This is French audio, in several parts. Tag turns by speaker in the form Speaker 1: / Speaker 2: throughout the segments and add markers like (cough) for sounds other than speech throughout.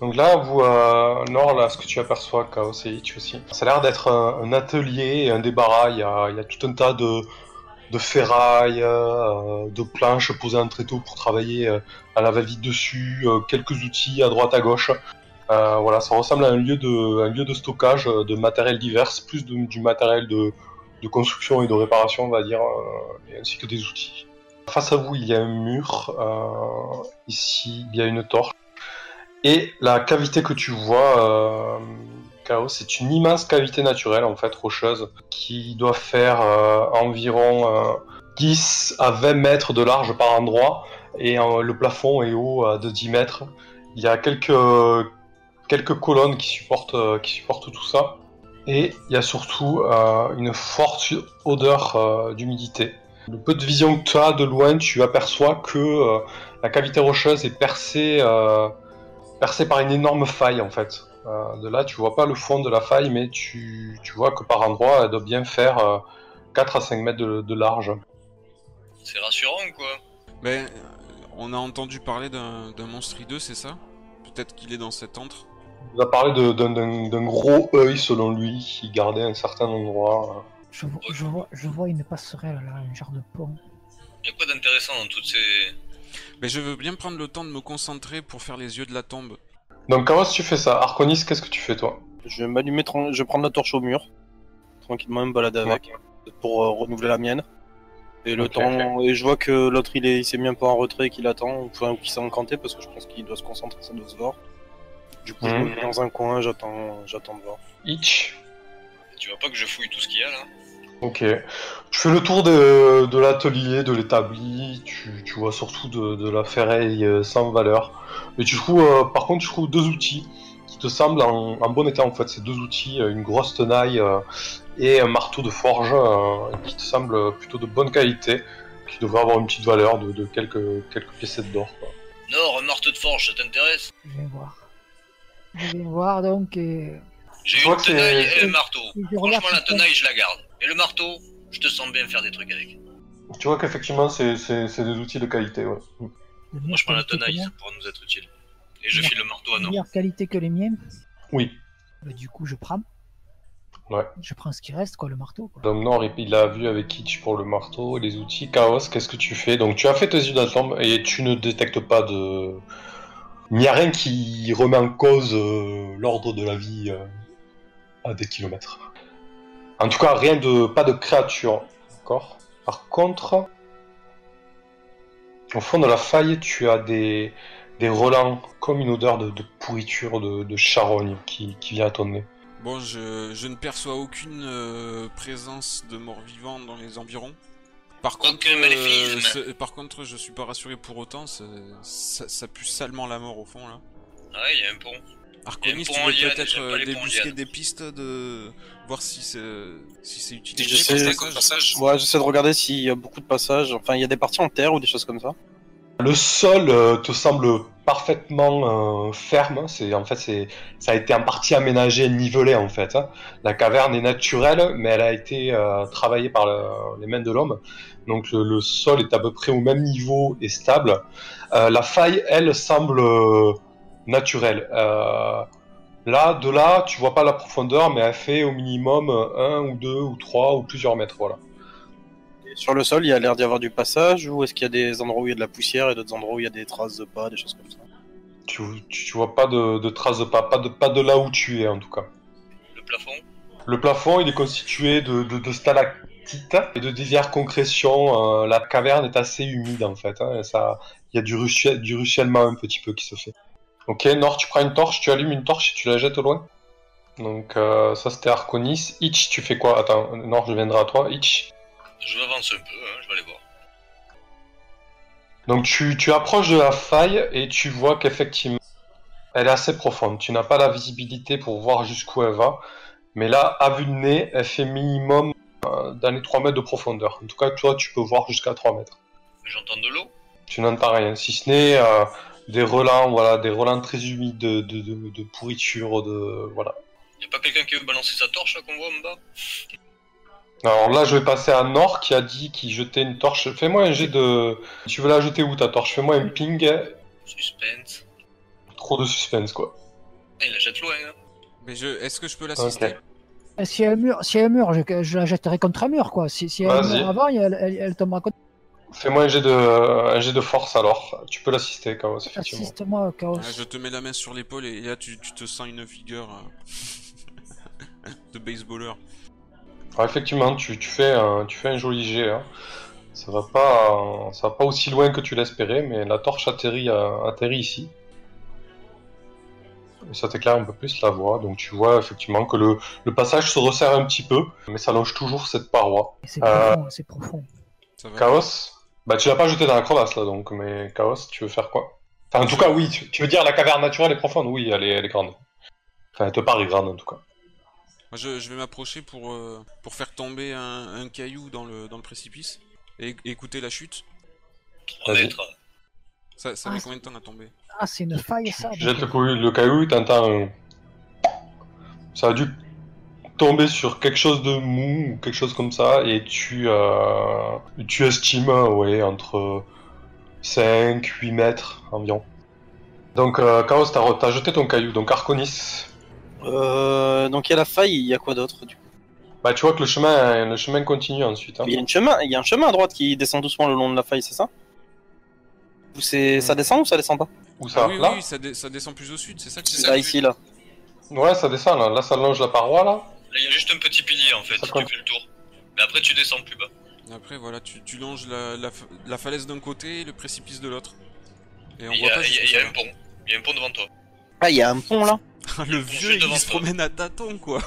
Speaker 1: Donc là, vous, euh, Nord, là, ce que tu aperçois, Chaos et Hitch aussi, ça a l'air d'être un, un atelier et un débarras. Il y a, il y a tout un tas de, de ferraille, euh, de planches posées en tréteau pour travailler euh, à la va-vite dessus, euh, quelques outils à droite à gauche. Euh, voilà, ça ressemble à un lieu de, un lieu de stockage euh, de matériel divers, plus de- du matériel de, de construction et de réparation, on va dire, euh, et ainsi que des outils. Face à vous, il y a un mur. euh, ici, il y a une torche. Et la cavité que tu vois, euh, Chaos, c'est une immense cavité naturelle, en fait, rocheuse, qui doit faire euh, environ euh, 10 à 20 mètres de large par endroit. Et euh, le plafond est haut euh, de 10 mètres. Il y a quelques, quelques colonnes qui supportent, euh, qui supportent tout ça. Et il y a surtout euh, une forte odeur euh, d'humidité. Le peu de vision que tu as de loin, tu aperçois que euh, la cavité rocheuse est percée, euh, percée par une énorme faille en fait. Euh, de là, tu vois pas le fond de la faille, mais tu, tu vois que par endroit, elle doit bien faire euh, 4 à 5 mètres de, de large.
Speaker 2: C'est rassurant ou quoi
Speaker 3: Ben, euh, on a entendu parler d'un d'un monstre hideux, c'est ça Peut-être qu'il est dans cet antre.
Speaker 1: Il a parlé de- d'un- d'un d'un gros œil selon lui qui gardait un certain endroit.
Speaker 4: Je, vo- je vois, je vois une passerelle là, un genre de pont.
Speaker 2: Y a quoi d'intéressant dans toutes ces.
Speaker 3: Mais je veux bien prendre le temps de me concentrer pour faire les yeux de la tombe.
Speaker 1: Donc, comment tu fais ça Arconis, qu'est-ce que tu fais toi
Speaker 5: Je vais m'allumer, tran- je vais prendre la torche au mur, tranquillement me balader avec, pour euh, renouveler la mienne. Et le
Speaker 1: Ok.
Speaker 5: temps, et je vois que l'autre il, est- il s'est mis un peu en retrait et qu'il attend, enfin, ou qu'il s'est encanté parce que je pense qu'il doit se concentrer, ça doit se voir. Du coup, je
Speaker 1: Mhm.
Speaker 5: me mets dans un coin, j'attends, j'attends de voir.
Speaker 1: Itch
Speaker 2: Tu vois pas que je fouille tout ce qu'il y a là
Speaker 1: Ok. Tu fais le tour de, de l'atelier, de l'établi, tu, tu vois surtout de, de la ferraille euh, sans valeur. Mais tu trouves, euh, par contre, tu trouves deux outils qui te semblent en, en bon état en fait. C'est deux outils, euh, une grosse tenaille euh, et un marteau de forge euh, qui te semblent plutôt de bonne qualité, qui devraient avoir une petite valeur de, de quelques, quelques pièces d'or. quoi.
Speaker 2: Nord, un marteau de forge, ça t'intéresse
Speaker 4: Je vais voir. Je vais voir donc euh, et.
Speaker 2: J'ai
Speaker 1: Je crois
Speaker 2: une
Speaker 1: que c'est-
Speaker 2: tenaille et un marteau.
Speaker 4: et je regarde
Speaker 2: Franchement, la
Speaker 4: ce qu'il y a.
Speaker 2: tenaille, je la garde. Et le marteau, je te sens bien faire des trucs avec.
Speaker 1: Tu vois qu'effectivement, c'est c'est- c'est des outils de qualité. Ouais.
Speaker 4: De
Speaker 2: Moi,
Speaker 4: meilleure
Speaker 2: je prends la
Speaker 4: qualité que
Speaker 2: tenaille, Oh,
Speaker 4: moi,
Speaker 2: ça pourra nous être utile. Et je
Speaker 4: Bien.
Speaker 2: file le marteau à
Speaker 4: de
Speaker 2: Nord.
Speaker 4: meilleure qualité que les miennes.
Speaker 1: Oui.
Speaker 4: Bah, du coup, je prends.
Speaker 1: Ouais.
Speaker 4: Je prends ce qui reste, quoi, le marteau. Quoi.
Speaker 1: Dom Nord, il l'a vu avec Kitsch pour le marteau, les outils, Chaos, qu'est-ce que tu fais Donc tu as fait tes yeux dans la tombe et tu ne détectes pas de... Il n'y a rien qui remet en cause euh, l'ordre de la vie euh, à des kilomètres. En tout cas, rien de... pas de créature. D'accord Par contre, au fond de la faille, tu as des, des relents comme une odeur de, de pourriture, de, de charogne qui, qui vient à ton nez.
Speaker 3: Bon, je, je ne perçois aucune euh, présence de morts vivants dans les environs. Par contre, euh,
Speaker 2: Aucun maléfisme.
Speaker 3: ce- par contre, je suis pas rassuré pour autant. Ça, ça- ça pue salement la mort au fond là.
Speaker 2: Ah ouais, y a un pont.
Speaker 3: Arconis, tu
Speaker 2: ponts en
Speaker 3: veux
Speaker 2: liane,
Speaker 3: peut-être
Speaker 2: j'aime pas
Speaker 3: euh,
Speaker 2: les ponts en
Speaker 3: débusquer
Speaker 2: liane.
Speaker 3: des pistes de voir si c'est si c'est utilisé.
Speaker 5: Je
Speaker 3: pour
Speaker 5: sais-
Speaker 3: le passage.
Speaker 5: Ouais, j'essaie de regarder s'il y a beaucoup de passages, enfin, il y a des parties en terre ou des choses comme ça.
Speaker 1: Le sol euh, te semble parfaitement euh, ferme. C'est en fait, c'est ça a été en partie aménagé, nivelé en fait. hein. La caverne est naturelle, mais elle a été euh, travaillée par le- les mains de l'homme. Donc le, le sol est à peu près au même niveau et stable. Euh, la faille, elle, semble euh, naturelle. Euh, là, de là, tu vois pas la profondeur, mais elle fait au minimum euh, un ou deux ou trois ou plusieurs mètres. Voilà.
Speaker 5: Et sur le sol, il y a l'air d'y avoir du passage, ou est-ce qu'il y a des endroits où il y a de la poussière et d'autres endroits où il y a des traces de pas, des choses comme ça.
Speaker 1: Tu, tu, tu vois pas de, de traces de pas, pas de pas de là où tu es en tout cas.
Speaker 2: Le plafond.
Speaker 1: Le plafond, il est constitué de, de, de stalactites et de diverses concrétions. Euh, la caverne est assez humide en fait. hein, et ça, il y a du, ruchel- du ruchellement un petit peu qui se fait. Ok, Nord, tu prends une torche, tu allumes une torche et tu la jettes au loin. Donc euh, ça c'était Arconis. Itch, tu fais quoi Attends, Nord, je viendrai à toi. Itch.
Speaker 2: Je m'avance un peu, hein, je vais aller voir.
Speaker 1: Donc tu, tu approches de la faille et tu vois qu'effectivement, elle est assez profonde. Tu n'as pas la visibilité pour voir jusqu'où elle va. Mais là, à vue de nez, elle fait minimum euh, dans les 3 mètres de profondeur. En tout cas, toi, tu peux voir jusqu'à 3 mètres.
Speaker 2: J'entends de l'eau.
Speaker 1: Tu n'entends rien, si ce n'est euh, des relents, voilà, des relents très humides de, de, de- de pourriture, de... Voilà.
Speaker 2: Y a pas quelqu'un qui veut balancer sa torche là qu'on voit en bas
Speaker 1: Alors là, je vais passer à Nord qui a dit qu'il jetait une torche. Fais-moi un jet de... Tu veux la jeter où ta torche Fais-moi un ping.
Speaker 2: Suspense.
Speaker 1: Trop de suspense, quoi.
Speaker 2: loin. hein.
Speaker 3: Mais je, est-ce que je peux l'assister
Speaker 1: Ok.
Speaker 4: Euh, S'il y a un mur, s'il y a un mur, je, je la jetterai contre un mur, quoi. Si- S'il y a un
Speaker 1: Vas-y.
Speaker 4: mur avant, il y a- elle, elle- elle tombera contre.
Speaker 1: Fais-moi un jet de, un jet de force alors. Tu peux l'assister, Chaos, effectivement.
Speaker 4: Assiste-moi, au Chaos.
Speaker 3: Ah, Je te mets la main sur l'épaule et là tu, tu te sens une vigueur euh, (laughs) de baseballeur.
Speaker 1: Alors, effectivement, tu, tu fais un, tu fais un joli jet. hein. Ça va pas, euh, ça va pas aussi loin que tu l'espérais, mais la torche atterrit, à- atterrit ici. Et ça t'éclaire un peu plus la voie, donc tu vois effectivement que le, le passage se resserre un petit peu, mais ça longe toujours cette paroi.
Speaker 4: C'est
Speaker 1: Euh.
Speaker 4: profond, c'est profond.
Speaker 3: Ça va
Speaker 1: Chaos Bah tu l'as pas jeté dans la crevasse là donc, mais Chaos, tu veux faire quoi Enfin en tout cas oui, tu, tu veux dire la caverne naturelle est profonde, oui elle est, elle est grande. Enfin elle te paraît grande en tout cas.
Speaker 3: Moi, je, je vais m'approcher pour, euh, pour faire tomber un, un caillou dans le, dans le précipice et éc- écouter la chute.
Speaker 2: 3
Speaker 1: Vas-y.
Speaker 2: mètres.
Speaker 3: Ça, ça
Speaker 4: Ah,
Speaker 3: met
Speaker 4: c'est-
Speaker 3: combien de temps à tomber
Speaker 4: Ah, c'est une faille, ça. euh,
Speaker 1: Tu jettes le, cou- le caillou, t'entends un... Ça a dû tomber sur quelque chose de mou ou quelque chose comme ça, et tu, euh, tu estimes, hein, ouais, entre 5, 8 mètres environ. Donc, euh, Chaos, t'as, re- t'as jeté ton caillou, donc Arconis.
Speaker 5: Euh, donc il y a la faille, il y a quoi d'autre du coup
Speaker 1: Bah, tu vois que le chemin, le chemin continue ensuite. hein.
Speaker 5: Il y, a une chemin, il y a un chemin à droite qui descend doucement le long de la faille, c'est ça Ou c'est ça descend ou ça descend pas
Speaker 1: Où ça
Speaker 3: Ah oui,
Speaker 1: Là
Speaker 3: oui, ça, dé- ça descend plus au sud, c'est ça que tu
Speaker 5: Là, ici, là.
Speaker 1: Ouais, ça descend, là. Là, ça longe la paroi, là.
Speaker 2: Là, il y a juste un petit pilier en fait,
Speaker 1: Ça
Speaker 2: tu
Speaker 1: compte.
Speaker 2: fais le tour. Mais après, tu descends plus bas.
Speaker 3: Après, voilà, tu, tu longes la, la, fa- la falaise d'un côté et le précipice de l'autre. Et on
Speaker 2: Il y,
Speaker 3: voit
Speaker 2: a-
Speaker 3: pas
Speaker 2: il y a-
Speaker 3: jusqu'où
Speaker 2: il y
Speaker 3: ça
Speaker 2: a un pont. Il y a un pont devant toi.
Speaker 5: Ah, il y a un pont là
Speaker 3: va. (laughs) Le vieux,
Speaker 2: devant
Speaker 3: il se
Speaker 2: toi.
Speaker 3: promène à tâtons, quoi.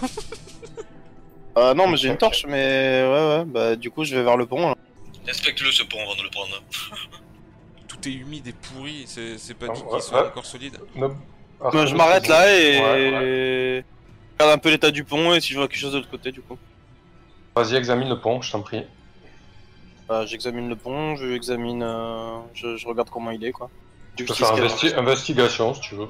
Speaker 5: Euh, non, mais j'ai une torche, mais ouais, ouais, bah du coup je vais vers le pont. Là.
Speaker 2: Inspecte-le ce pont avant de le prendre.
Speaker 5: Euh,
Speaker 3: Tout est humide et pourri, c'est c'est pas
Speaker 1: Ah,
Speaker 3: dit
Speaker 1: ouais,
Speaker 3: qu'il soit
Speaker 1: ouais.
Speaker 3: encore solide. (laughs)
Speaker 1: Ne-
Speaker 5: Bah,
Speaker 1: Arconis,
Speaker 5: je m'arrête
Speaker 1: vas-y.
Speaker 5: là et.
Speaker 1: Ouais, ouais.
Speaker 5: je Regarde un peu l'état du pont et si je vois quelque chose de l'autre côté du coup.
Speaker 1: Vas-y, examine le pont, je t'en prie.
Speaker 5: Bah, j'examine le pont, je examine. euh, Je, je regarde comment il est quoi.
Speaker 1: Tu
Speaker 5: Du
Speaker 1: peux
Speaker 5: coup,
Speaker 1: faire
Speaker 5: ce qu'il y a-
Speaker 1: investi- investigation, si tu veux.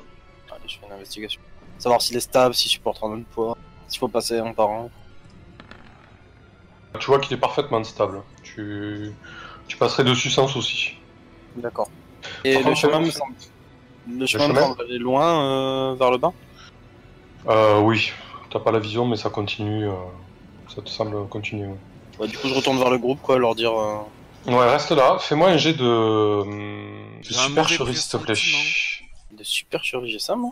Speaker 5: Allez, je fais une investigation. Savoir s'il est stable, s'il supporte un autre poids, s'il faut passer un par un.
Speaker 1: Tu vois qu'il est parfaitement stable. Tu, tu passerais dessus sans souci.
Speaker 5: D'accord. Et
Speaker 1: Par
Speaker 5: le
Speaker 1: contre,
Speaker 5: chemin
Speaker 1: euh,
Speaker 5: me semble. Le chemin me
Speaker 1: chemin
Speaker 5: semble aller loin euh, vers le bas.
Speaker 1: Euh, oui, t'as pas la vision, mais ça continue. euh, Ça te semble continuer. ouais.
Speaker 5: Bah, du coup, je retourne vers le groupe quoi, leur dire. euh,
Speaker 1: Ouais, reste là. Fais-moi un jet de, hum, de
Speaker 3: J'ai un
Speaker 1: supercherie,
Speaker 3: mauvais
Speaker 1: s'il te plaît.
Speaker 3: pressentiment.
Speaker 1: Chut.
Speaker 5: de super chirurgie, j'ai ça moi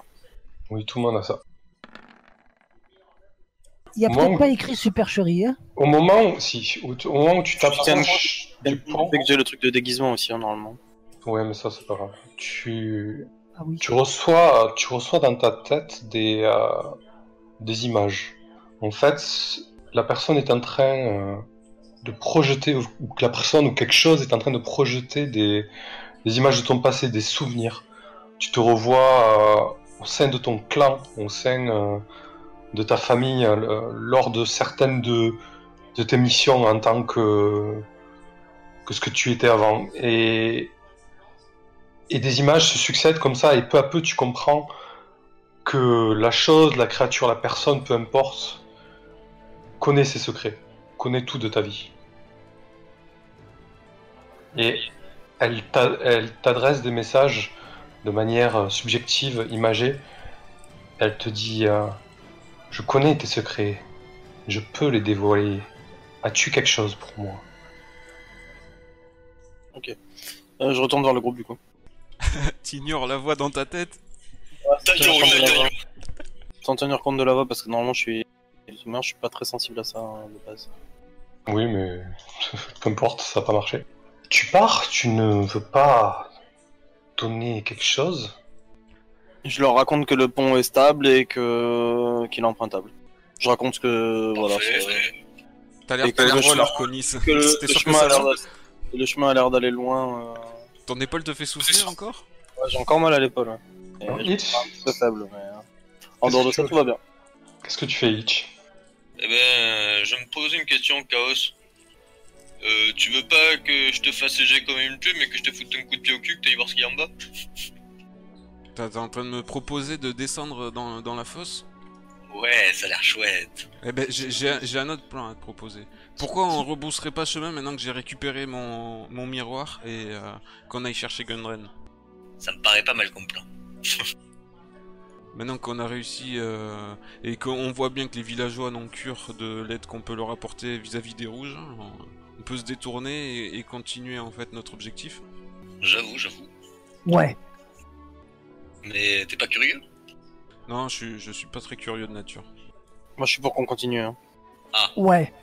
Speaker 1: Oui, tout le monde a ça.
Speaker 4: Il n'y a
Speaker 1: Moi,
Speaker 4: peut-être
Speaker 1: oui.
Speaker 4: pas écrit supercherie, hein.
Speaker 1: Au moment où, si, au, au moment où tu t'approches du pont,
Speaker 5: Dès que j'ai le truc de déguisement aussi hein, normalement.
Speaker 1: ouais, mais ça c'est pas grave. Tu,
Speaker 4: Ah oui.
Speaker 1: tu reçois, tu reçois dans ta tête des, euh, des images. En fait, la personne est en train euh, de projeter, ou ou que la personne ou quelque chose est en train de projeter des, des images de ton passé, des souvenirs. Tu te revois euh, au sein de ton clan, au sein euh, de ta famille, euh, lors de certaines de, de tes missions en tant que, que ce que tu étais avant. Et, et des images se succèdent comme ça, et peu à peu tu comprends que la chose, la créature, la personne, peu importe, connaît ses secrets, connaît tout de ta vie. Et elle t'a- elle t'adresse des messages de manière euh, subjective, imagée. Elle te dit euh, Je connais tes secrets, je peux les dévoiler. As-tu quelque chose pour moi
Speaker 5: Euh, je retourne vers le groupe du coup.
Speaker 3: T'ignores la voix dans ta tête
Speaker 5: Sans
Speaker 2: Taillot,
Speaker 5: tenir compte de la
Speaker 2: taillot.
Speaker 5: voix. Sans tenir compte de la voix parce que normalement je suis. Je suis pas très sensible à ça hein, de base.
Speaker 1: Oui, mais (laughs) qu'importe, ça n'a pas marché. Tu pars, tu ne veux pas donner quelque chose
Speaker 5: Je leur raconte que le pont est stable et que qu'il est empruntable. Je raconte que voilà.
Speaker 2: Parfait,
Speaker 5: c'est-
Speaker 2: frère.
Speaker 3: T'as l'air
Speaker 5: Et que le
Speaker 3: très drôle,
Speaker 5: chemin-
Speaker 3: Arconis.
Speaker 5: que le,
Speaker 3: C'était
Speaker 5: le
Speaker 3: sûr que
Speaker 5: chemin a
Speaker 3: ça
Speaker 5: l'air
Speaker 3: te-
Speaker 5: d'aller- le chemin a l'air d'aller loin. euh,
Speaker 3: Ton épaule te fait souffrir encore
Speaker 5: ouais, j'ai encore mal à l'épaule. ouais. Et
Speaker 1: Hein,
Speaker 5: j'ai
Speaker 1: Itch
Speaker 5: pas un petit peu faible, mais euh, en dehors de
Speaker 1: Qu'est-ce
Speaker 5: ça
Speaker 1: que
Speaker 5: tout va bien.
Speaker 1: Qu'est-ce que tu fais, Itch
Speaker 2: Eh ben, je me posais une question, Chaos. Euh, tu veux pas que je te fasse éger comme une plume et que je te foute un coup de pied au cul, que t'ailles voir ce qu'il y a en bas
Speaker 3: T'as- T'es en train de me proposer de descendre dans, dans la fosse
Speaker 2: Ouais, ça a l'air chouette.
Speaker 3: Eh ben, j'ai- j'ai un- j'ai un autre plan à te proposer. Pourquoi on rebousserait pas chemin maintenant que j'ai récupéré mon, mon miroir et euh, qu'on aille chercher Gundren
Speaker 2: Ça me paraît pas mal comme plan.
Speaker 3: Maintenant qu'on a réussi euh, et qu'on voit bien que les villageois n'ont cure de l'aide qu'on peut leur apporter vis-à-vis des rouges, hein, on- on peut se détourner et, et continuer en fait notre objectif.
Speaker 2: J'avoue, j'avoue.
Speaker 4: Ouais.
Speaker 2: Mais t'es pas curieux
Speaker 3: Non, je suis, je suis pas très curieux de nature.
Speaker 5: Moi, je suis pour qu'on continue. Hein.
Speaker 4: Ouais.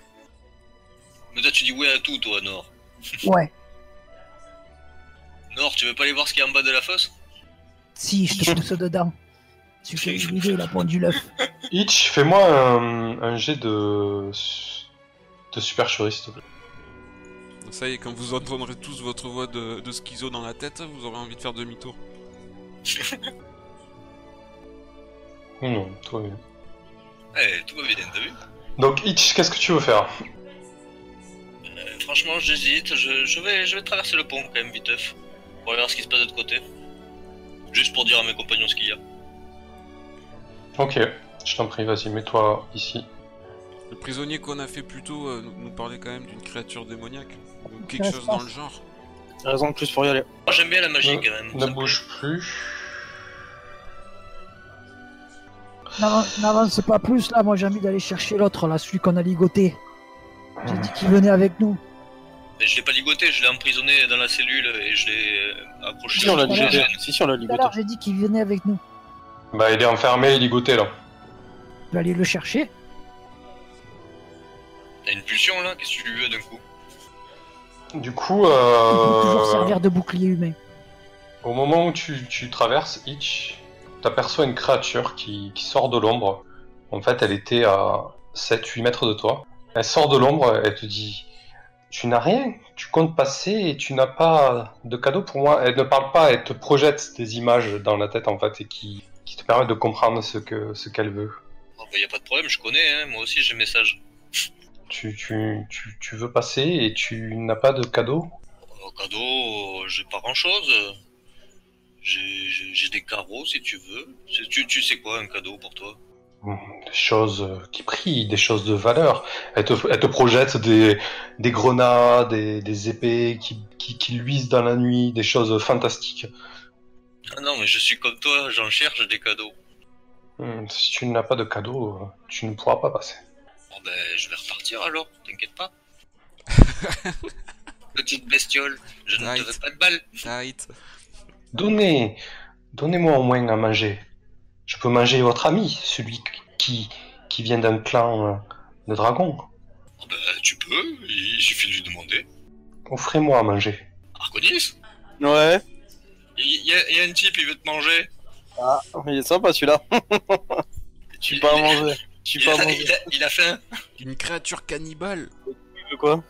Speaker 2: Mais toi, tu dis ouais à tout, toi, Nord.
Speaker 4: Ouais.
Speaker 2: Nord, tu veux pas aller voir ce qu'il y a en bas de la fosse
Speaker 4: Si, je te pousse dedans. Tu fais
Speaker 2: (laughs)
Speaker 4: une idée, la pointe du l'œuf.
Speaker 1: Itch, fais-moi un, un jet de. de supercherie, s'il te plaît.
Speaker 3: Ça y est, quand vous entendrez tous votre voix de, de schizo dans la tête, vous aurez envie de faire demi-tour.
Speaker 1: Oh Non, tout va bien.
Speaker 2: Eh, tout va bien, t'as vu
Speaker 1: Donc, Itch, qu'est-ce que tu veux faire
Speaker 2: Euh, Franchement, j'hésite. Je, je vais, je vais traverser le pont quand même, viteuf. Pour aller voir ce qui se passe de l'autre côté. Juste pour dire à mes compagnons ce qu'il y a.
Speaker 1: Ok, je t'en prie, vas-y, mets-toi ici.
Speaker 3: Le prisonnier qu'on a fait plus tôt euh, nous, nous parlait quand même d'une créature démoniaque, ou quelque
Speaker 4: Ouais,
Speaker 3: chose
Speaker 4: je
Speaker 3: dans
Speaker 4: pense.
Speaker 3: le genre.
Speaker 5: Raison de plus pour y aller.
Speaker 2: Moi, J'aime bien la magie
Speaker 1: Ne-
Speaker 2: quand même.
Speaker 1: Ne
Speaker 2: ça me plaît.
Speaker 1: bouge plus.
Speaker 4: N'avan- N'avance pas plus là, moi j'ai envie d'aller chercher l'autre là, celui qu'on a ligoté. J'ai dit qu'il venait avec nous.
Speaker 2: Mais je l'ai pas ligoté, je l'ai emprisonné dans la cellule et je l'ai euh, accroché
Speaker 5: Si, on l'a
Speaker 2: à la
Speaker 5: ligoté.
Speaker 2: chaîne.
Speaker 5: Si, si, on l'a
Speaker 4: Tout à
Speaker 5: ligoté.
Speaker 4: l'heure j'ai dit qu'il venait avec nous.
Speaker 1: Bah, il est enfermé, il est ligoté là.
Speaker 4: Je vais aller le chercher.
Speaker 2: T'as une pulsion là Qu'est-ce que tu lui veux d'un coup
Speaker 1: Du coup,
Speaker 4: Il (laughs) peut toujours
Speaker 1: euh,
Speaker 4: servir de bouclier humain.
Speaker 1: au moment où tu, tu traverses Itch, t'aperçois une créature qui, qui sort de l'ombre. En fait, elle était à 7-8 mètres de toi. Elle sort de l'ombre, elle te dit Tu n'as rien, tu comptes passer et tu n'as pas de cadeau pour moi. Elle ne parle pas, elle te projette des images dans la tête en fait et qui, qui te permettent de comprendre ce que ce qu'elle veut.
Speaker 2: oh, bah, y a pas de problème, je connais, hein, moi aussi j'ai le message.
Speaker 1: Tu, tu, tu, tu veux passer et tu n'as pas de cadeau
Speaker 2: Au cadeau, euh, j'ai pas grand chose. J'ai j'ai- j'ai des carreaux si tu veux. C'est- Tu, tu sais quoi un cadeau pour toi
Speaker 1: des choses euh, qui prient, des choses de valeur. Elle te, elle te projette des, des grenades, des, des épées qui, qui, qui luisent dans la nuit, des choses fantastiques.
Speaker 2: Ah non, mais je suis comme toi, j'en cherche des cadeaux.
Speaker 1: Hum, Si tu n'as pas de cadeau, euh, tu ne pourras pas passer.
Speaker 2: Bon ben, je vais repartir alors, t'inquiète pas. Petite bestiole, je ne
Speaker 3: Right.
Speaker 2: te veux pas de balle.
Speaker 3: Tight.
Speaker 1: Donnez, donnez-moi au moins à manger. Je peux manger votre ami, celui qui, qui vient d'un clan euh, de dragons.
Speaker 2: Oh ben, tu peux, il suffit de lui demander.
Speaker 1: Offrez-moi à manger.
Speaker 2: Arconis
Speaker 5: Ouais.
Speaker 2: Il y, a- il y a un type, il veut te manger.
Speaker 5: Il est sympa celui-là. Je suis pas à manger. Je suis
Speaker 2: Il
Speaker 5: pas à
Speaker 2: a,
Speaker 5: manger.
Speaker 2: il, a, il a faim.
Speaker 3: Une créature cannibale
Speaker 5: (laughs) Tu veux quoi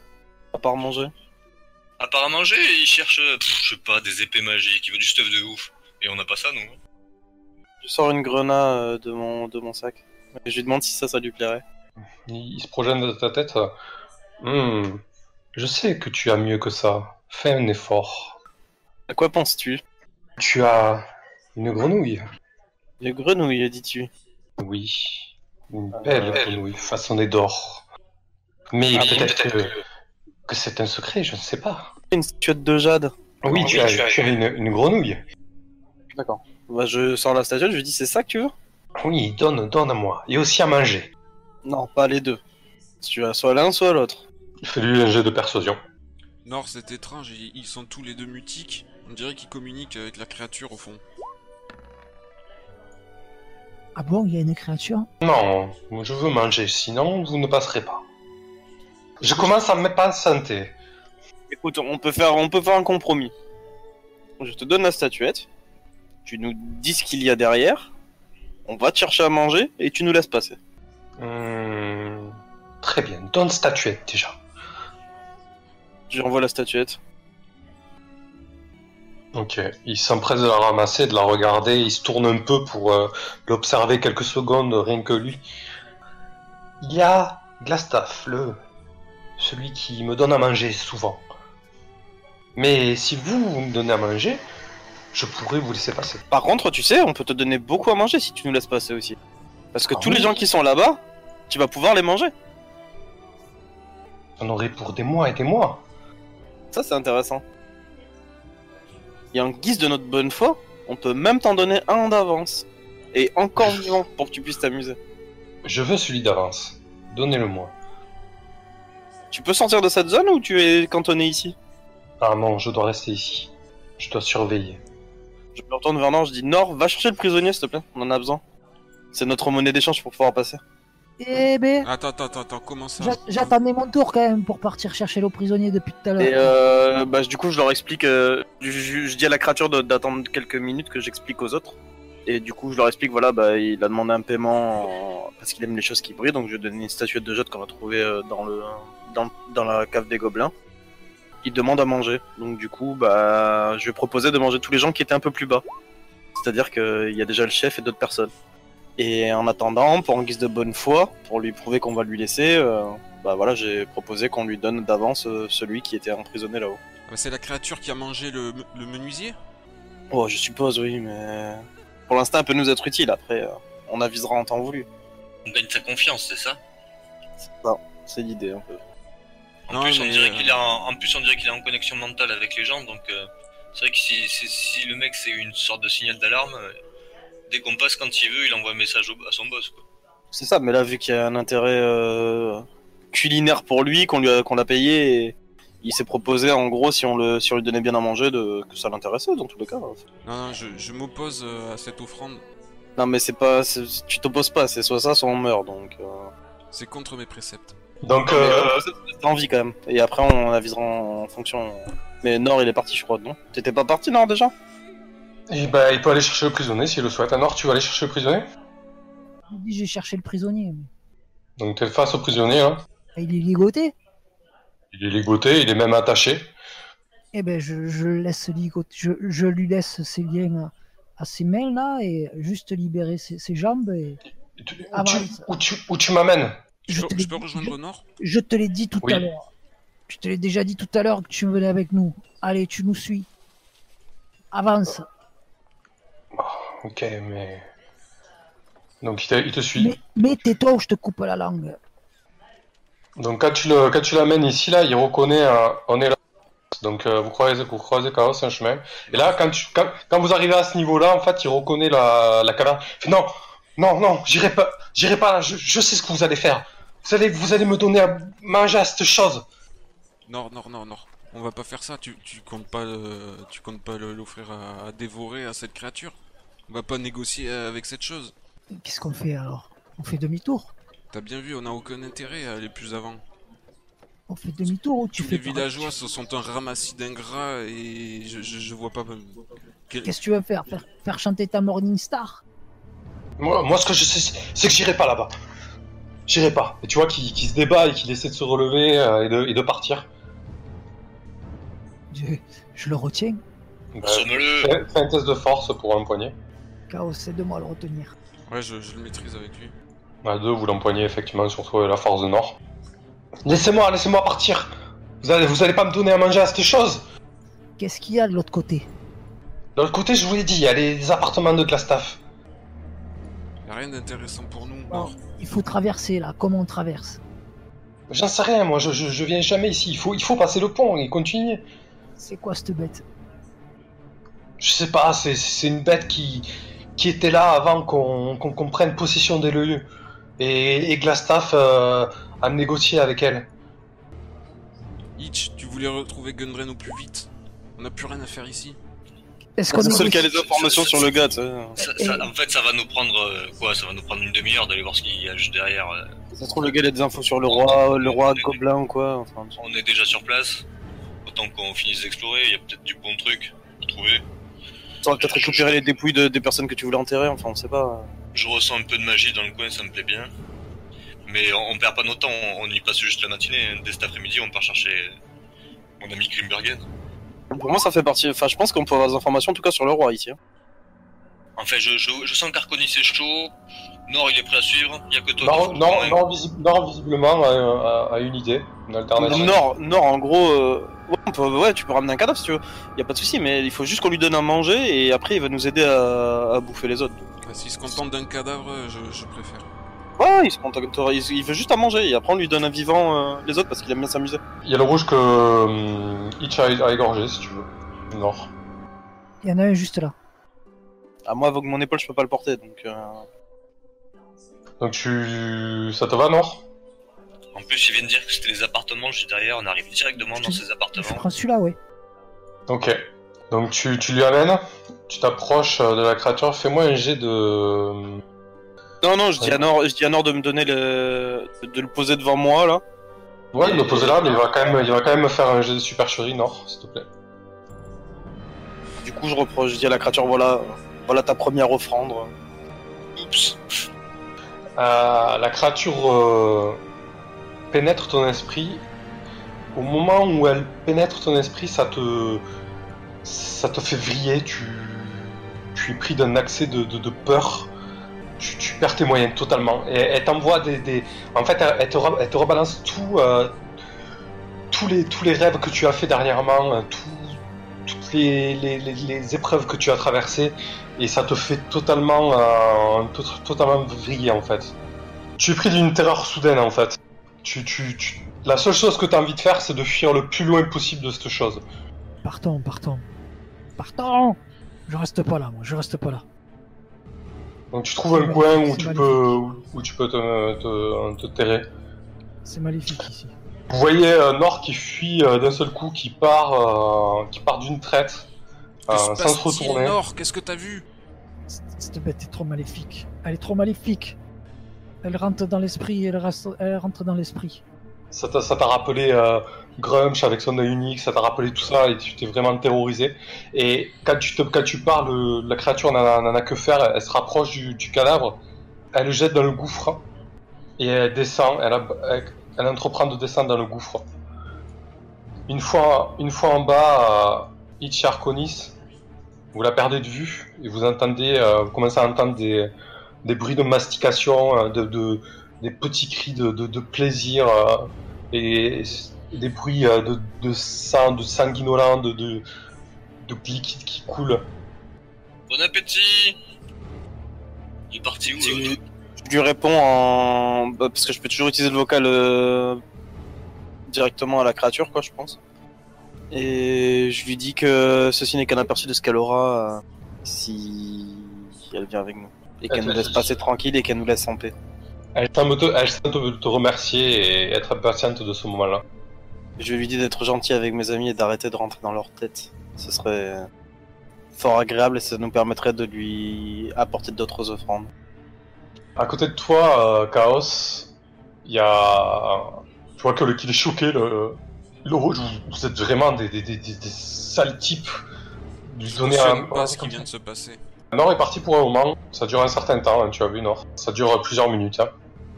Speaker 5: À part manger.
Speaker 2: À part à manger, il cherche, euh, pff, je sais pas, des épées magiques, il veut du stuff de ouf. Et on n'a pas ça, nous. hein.
Speaker 5: Je sors une grenade euh, de mon, de mon sac. Et je lui demande si ça, ça lui plairait.
Speaker 1: Il, il se projette dans ta tête. Hum, je sais que tu as mieux que ça. Fais un effort.
Speaker 5: À quoi penses-tu
Speaker 1: Tu as une grenouille
Speaker 5: Les grenouilles, dis-tu
Speaker 1: Oui. Une belle grenouille façonnée d'or. Mais
Speaker 5: Ah,
Speaker 1: peut-être que, que c'est un secret, je ne sais pas.
Speaker 5: Une statuette de jade.
Speaker 1: Oui, tu as, tu as une, une grenouille.
Speaker 5: D'accord. Bah, je sors la statuette, je lui dis c'est ça que tu veux
Speaker 1: Oui, donne, donne à moi. Et aussi à manger.
Speaker 5: Non, pas les deux. Tu as soit l'un, soit l'autre.
Speaker 1: Fais-lui un jet de persuasion.
Speaker 3: Nord, c'est étrange, ils, ils sont tous les deux mutiques. On dirait qu'ils communiquent avec la créature au fond.
Speaker 4: Ah bon, il y a une créature
Speaker 1: Non, je veux manger, sinon vous ne passerez pas. Je commence à me santé.
Speaker 5: Écoute, on peut faire, on peut faire un compromis. Je te donne la statuette. Tu nous dis ce qu'il y a derrière. On va te chercher à manger et tu nous laisses passer.
Speaker 1: Hum, très bien, donne statuette déjà.
Speaker 5: Je lui envoie la statuette.
Speaker 1: Ok, il s'empresse de la ramasser, de la regarder, il se tourne un peu pour euh, l'observer quelques secondes, rien que lui. Il y a Glastaf, le... celui qui me donne à manger souvent. Mais si vous, vous me donnez à manger, je pourrais vous laisser passer.
Speaker 5: Par contre, tu sais, on peut te donner beaucoup à manger si tu nous laisses passer aussi. Parce que
Speaker 1: Ah
Speaker 5: tous
Speaker 1: oui.
Speaker 5: les gens qui sont là-bas, tu vas pouvoir les manger.
Speaker 1: J'en aurais pour des mois et des mois.
Speaker 5: Ça, c'est intéressant. Et en guise de notre bonne foi, on peut même t'en donner un d'avance. et encore vivant pour que tu puisses t'amuser.
Speaker 1: Je veux celui d'avance. Donnez-le-moi.
Speaker 5: Tu peux sortir de cette zone ou tu es cantonné ici
Speaker 1: Ah non, je dois rester ici. Je dois surveiller.
Speaker 5: Je me retourne vers Nord, je dis Nord, va chercher le prisonnier s'il te plaît, on en a besoin. C'est notre monnaie d'échange pour pouvoir passer.
Speaker 4: Eh ben,
Speaker 3: Attends, attends, attends, attends, comment ça
Speaker 4: j'a- j'attendais mon tour quand même pour partir chercher le prisonnier depuis tout à l'heure.
Speaker 5: Et euh, bah, du coup, je leur explique. euh, je, je- je dis à la créature de- d'attendre quelques minutes que j'explique aux autres. Et du coup, je leur explique voilà, bah, il a demandé un paiement en- parce qu'il aime les choses qui brillent. Donc, je lui ai donné une statuette de Jade qu'on a trouvée euh, dans, le, dans, dans la cave des gobelins. Il demande à manger. Donc, du coup, bah, je lui ai proposé de manger tous les gens qui étaient un peu plus bas. C'est-à-dire qu'il y a déjà le chef et d'autres personnes. Et en attendant, pour en guise de bonne foi, pour lui prouver qu'on va lui laisser, euh, bah voilà, j'ai proposé qu'on lui donne d'avance euh, celui qui était emprisonné là-haut.
Speaker 3: Ah bah, C'est la créature qui a mangé le, le menuisier
Speaker 5: Oh, je suppose, oui, mais. Pour l'instant, elle peut nous être utile. Après, euh, on avisera en temps voulu.
Speaker 2: On gagne sa confiance, c'est ça
Speaker 5: C'est ça, c'est l'idée un peu.
Speaker 2: En,
Speaker 3: Non,
Speaker 2: plus, on
Speaker 3: mais,
Speaker 2: dirait
Speaker 3: euh,
Speaker 2: qu'il est en... en plus, on dirait qu'il est en connexion mentale avec les gens, donc euh, c'est vrai que si, si, si le mec c'est une sorte de signal d'alarme, euh, dès qu'on passe quand il veut, il envoie un message au- à son boss. Quoi.
Speaker 5: C'est ça, mais là, vu qu'il y a un intérêt euh, culinaire pour lui, qu'on lui a- qu'on l'a payé, et il s'est proposé, en gros, si on, le, si on lui donnait bien à manger, de, que ça l'intéressait, dans tous les cas.
Speaker 3: Non, non, je, je m'oppose euh, à cette offrande.
Speaker 5: Non, mais c'est pas. c'est- Tu t'opposes pas, c'est soit ça, soit on meurt, donc. Euh...
Speaker 3: C'est contre mes préceptes.
Speaker 1: Donc,
Speaker 5: mais,
Speaker 1: euh,
Speaker 5: euh, ça te donne envie quand même. Et après, on avisera en, en fonction. Mais Nord, il est parti, je crois, non T'étais pas parti, Nord, déjà
Speaker 1: eh ben, il peut aller chercher le prisonnier s'il le souhaite. Alors, tu vas aller chercher le prisonnier
Speaker 4: Il dit j'ai cherché le prisonnier.
Speaker 1: Donc, t'es face au prisonnier. Hein.
Speaker 4: Ah, Il est ligoté.
Speaker 1: Il est ligoté, il est même attaché.
Speaker 4: Eh ben je, je le laisse ligoter. Je, je lui laisse ses liens à, à ses mains là et juste libérer ses, ses jambes. Et
Speaker 1: Et tu- Où tu,
Speaker 4: Avance.
Speaker 1: où tu, où tu m'amènes
Speaker 3: Je, peux-
Speaker 4: te l'ai
Speaker 3: je peux
Speaker 4: dit-
Speaker 3: rejoindre Nord
Speaker 4: je- je te l'ai dit tout
Speaker 1: Oui.
Speaker 4: à l'heure. Je te l'ai déjà dit tout à l'heure que tu venais avec nous. Allez, tu nous suis.
Speaker 3: Euh,
Speaker 4: Avance.
Speaker 1: Ok, mais. Donc, il te, il te suit.
Speaker 4: Mais, mais tais-toi ou je te coupe la langue.
Speaker 1: Donc, quand tu le- quand tu l'amènes ici, là, il reconnaît. euh, on est là. Donc, euh, vous, croisez, vous croisez Chaos, un chemin. Et là, quand, tu- quand, quand vous arrivez à ce niveau-là, en fait, il reconnaît la, la caverne. Il fait, non, non, non, j'irai pas, j'irai pas là, je, je sais ce que vous allez faire. Vous allez, vous allez me donner à manger à cette chose.
Speaker 3: Nord, Nord, Nord, Nord. On va pas faire ça. Tu, tu comptes pas, euh, tu comptes pas le- l'offrir à, à dévorer à cette créature. On va pas négocier euh, avec cette chose.
Speaker 4: Qu'est-ce qu'on fait alors On fait demi-tour.
Speaker 3: T'as bien vu, on a aucun intérêt à aller plus avant.
Speaker 4: On fait demi-tour ou tu
Speaker 3: Tous
Speaker 4: fais
Speaker 3: les villageois se sont un ramassis d'ingrats et je, je, je vois pas. Quel-
Speaker 4: Qu'est-ce que tu veux faire, faire Faire chanter ta Morning Star
Speaker 1: Moi, moi, ce que je sais, c'est que j'irai pas là-bas. J'irai pas. Et tu vois qu'il qu'il se débat et qu'il essaie de se relever euh, et, de, et de partir.
Speaker 4: je, je le retiens.
Speaker 1: Donc, euh,
Speaker 2: Somme-le
Speaker 1: fais- fais un test de force pour l'empoigner.
Speaker 4: Chaos, c'est de moi à le retenir.
Speaker 3: Ouais, je, je le maîtrise avec lui.
Speaker 1: À deux, vous l'empoignez effectivement, surtout la force de Nord. Laissez-moi, laissez-moi partir. Vous allez, vous allez pas me donner à manger à cette chose.
Speaker 4: Qu'est-ce qu'il y a de l'autre côté
Speaker 1: De l'autre côté, je vous l'ai dit, il y a les, les appartements de Glastaff.
Speaker 3: Y a rien d'intéressant pour nous.
Speaker 4: Bon,
Speaker 3: Nord.
Speaker 4: Il faut traverser là, comment on traverse
Speaker 1: J'en sais rien, moi, je, je, je viens jamais ici. Il faut, il faut passer le pont et continuer.
Speaker 4: C'est quoi cette bête
Speaker 1: Je sais pas, c'est- c'est une bête qui, qui était là avant qu'on qu'on qu'on prenne possession des lieux. Et, et Glastaff euh, a négocié avec elle.
Speaker 3: Hitch, tu voulais retrouver Gunbren au plus vite. On a plus rien à faire ici.
Speaker 4: Est-ce qu'on
Speaker 5: C'est le seul
Speaker 4: négocie-
Speaker 5: qui a les informations sur le gars, tu sais.
Speaker 2: Ça- ça- En fait, ça va nous prendre euh, quoi Ça va nous prendre une demi-heure d'aller voir ce qu'il y a juste derrière. euh.
Speaker 5: Ça se trouve, le gars, il a des infos sur le roi, le roi gobelin ou quoi. Enfin,
Speaker 2: On est déjà sur place. Autant qu'on finisse d'explorer, il y a peut-être du bon truc à trouver.
Speaker 5: on peut-être récupérer les dépouilles de- des personnes que tu voulais enterrer, enfin, on sait pas.
Speaker 2: Je ressens un peu de magie dans le coin, ça me plaît bien. Mais on, on perd pas notre temps, on, on y passe juste la matinée. hein. Dès cet après-midi, on part chercher mon ami Grimbergen.
Speaker 5: Pour moi, ça fait partie. Enfin, je pense qu'on peut avoir des informations, en tout cas, sur le roi ici. hein.
Speaker 2: En fait, je, je, je sens qu'Arconis c'est chaud. Nord, il est prêt à suivre. Il y a que toi.
Speaker 1: Nord,
Speaker 2: qui-
Speaker 1: Nord- Nord, visi- Nord, visiblement, a, a- a une idée, une alternative.
Speaker 5: Nord, Nord, en gros, euh, ouais, on peut- ouais, tu peux ramener un cadavre si tu veux. Y a pas de souci, mais il faut juste qu'on lui donne à manger et après, il va nous aider à, à bouffer les autres.
Speaker 3: Ah, S'ils se contentent d'un cadavre, euh, je, je préfère.
Speaker 5: Ouais, il se contente- il, il veut juste à manger et après, on lui donne un vivant euh, les autres parce qu'il aime bien s'amuser.
Speaker 1: Il y a le rouge que euh, Hitch a, a égorgé, si tu veux. Nord.
Speaker 4: Il y en a un juste là.
Speaker 5: À Ah, moi, avec mon épaule, je peux pas le porter, donc. euh,
Speaker 1: Donc tu... ça te va, Nord
Speaker 2: En plus, il vient de dire que c'était les appartements juste derrière, on arrive directement dans ces
Speaker 4: Je
Speaker 2: appartements.
Speaker 4: prends celui-là, ouais.
Speaker 1: Ok. Donc tu, tu lui amènes, tu t'approches euh, de la créature, fais-moi un jet euh, de...
Speaker 5: Non, non, je dis
Speaker 1: Ouais.
Speaker 5: à Nord, je dis à Nord de me donner le, de- de le poser devant moi là.
Speaker 1: Ouais, le poser là, mais il va quand même, il va quand même faire un jet de supercherie, Nord, s'il te plaît.
Speaker 5: Du coup, je reproche, je dis à la créature, voilà, euh, voilà ta première offrande.
Speaker 2: Oups
Speaker 1: Euh, la créature euh, pénètre ton esprit. Au moment où elle pénètre ton esprit, ça te, ça te fait vriller. Tu, tu es pris d'un accès de, de- de peur. Tu, tu perds tes moyens totalement. Et elle t'envoie des, des- En fait, elle, elle te, re- elle te rebalance tout, euh, tous, les, tous les rêves que tu as fait dernièrement, euh, tout- toutes les, les- les- les épreuves que tu as traversées et ça te fait totalement, euh, to- totalement vriller en fait. Tu es pris d'une terreur soudaine en fait. Tu, tu, tu- La seule chose que tu as envie de faire, c'est de fuir le plus loin possible de cette chose.
Speaker 4: Partons, partons. Partons Je reste pas là, moi, je reste pas là.
Speaker 1: Donc tu trouves un
Speaker 4: C'est
Speaker 1: coin où
Speaker 4: magnifique,
Speaker 1: tu,
Speaker 4: c'est
Speaker 1: peux, où, tu peux te, te, te terrer.
Speaker 4: C'est maléfique ici.
Speaker 1: Vous voyez euh, Nord qui fuit euh, d'un seul coup, qui part, euh, qui part d'une traite, euh,
Speaker 3: Que se
Speaker 1: sans se
Speaker 3: passe-t-il,
Speaker 1: retourner.
Speaker 3: Nord Qu'est-ce que t'as vu
Speaker 4: C- Cette bête est trop maléfique. Elle est trop maléfique. Elle rentre dans l'esprit, elle, reste- elle rentre dans l'esprit.
Speaker 1: Ça t'a ça t'a rappelé euh, Grumsh avec son œil unique, ça t'a rappelé tout ça et tu t'es vraiment terrorisé. Et quand tu, te, quand tu pars, le- la créature n'en a- n'en a que faire, elle se rapproche du, du cadavre, elle le jette dans le gouffre et elle descend, elle, a- elle, elle entreprend de descendre dans le gouffre. Une fois, une fois en bas, euh, Itch Arconis, vous la perdez de vue et vous entendez, euh, vous commencez à entendre des, des bruits de mastication, euh, de, de- des petits cris de, de- de plaisir. euh, et des bruits euh, de, de sang, de sanguinolent, de, de, de liquide qui coule.
Speaker 2: Bon appétit Il est parti où euh,
Speaker 5: Si
Speaker 2: l'autre
Speaker 5: Je lui réponds en. bah, parce que je peux toujours utiliser le vocal euh, directement à la créature, quoi, je pense. Et je lui dis que ceci n'est qu'un aperçu de ce qu'elle aura euh, si elle vient avec nous. Et qu'elle nous laisse passer tranquille et qu'elle nous laisse en paix.
Speaker 1: Elle semble te, elle semble te remercier et être impatiente de ce moment-là.
Speaker 5: Je lui dis d'être gentil avec mes amis et d'arrêter de rentrer dans leur tête. Ce serait fort agréable et ça nous permettrait de lui apporter d'autres offrandes.
Speaker 1: À côté de toi, euh, Chaos, il y a. Tu vois que le qu'il est choqué, le. le rouge, vous, vous êtes vraiment des, des, des, des- des sales types. Lui
Speaker 3: Je
Speaker 1: donner
Speaker 3: mentionne
Speaker 1: un.
Speaker 3: pas ce qui vient de se passer.
Speaker 1: Nord est parti pour un moment, ça dure un certain temps, hein, tu as vu Nord. Ça dure plusieurs minutes. hein.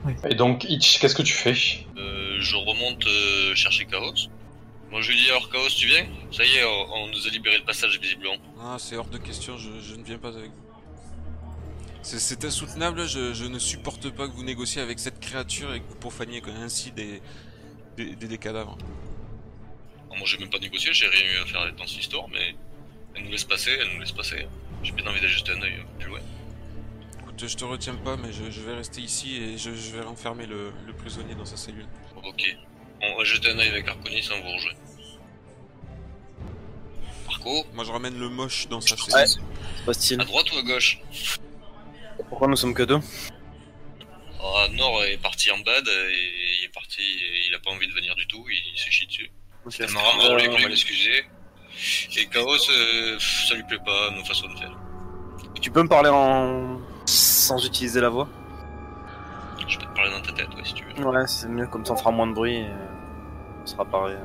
Speaker 4: Oui.
Speaker 1: Et donc, Itch, qu'est-ce que tu fais
Speaker 2: Euh, je remonte euh, chercher Chaos. Moi je lui dis alors Chaos tu viens Ça y est, on, on nous a libéré le passage visiblement.
Speaker 3: Ah, c'est hors de question, je, je ne viens pas avec vous. C'est- C'est insoutenable, je, je ne supporte pas que vous négociez avec cette créature et que vous profaniez comme ainsi des, des, des- des cadavres.
Speaker 2: Ah, moi j'ai même pas négocié, j'ai rien eu à faire dans cette histoire, mais elle nous laisse passer, elle nous laisse passer. J'ai bien envie d'ajuster un œil un peu plus loin.
Speaker 3: Écoute, je te retiens pas, mais je, je vais rester ici et je, je vais renfermer le, le prisonnier dans sa cellule.
Speaker 2: Ok. On va jeter un œil avec Arconis sans vous rejoint. Marco,
Speaker 3: Moi, je ramène le moche dans sa
Speaker 5: Ouais.
Speaker 3: cellule.
Speaker 2: à droite ou à gauche
Speaker 5: Pourquoi nous sommes que deux
Speaker 2: Ah, Nord est parti en bad et il est parti, et il a pas envie de venir du tout, il se chie dessus. C'est marrant pour lui qu'on
Speaker 5: Euh,
Speaker 2: lui l'excuser. Et Chaos, euh, pff, ça lui plaît pas, nos façons de faire.
Speaker 5: Tu peux me parler en... sans utiliser la voix
Speaker 2: Je peux te parler dans ta tête, ouais, si tu veux.
Speaker 5: Ouais, c'est mieux, comme ça on fera moins de bruit et on sera pareil.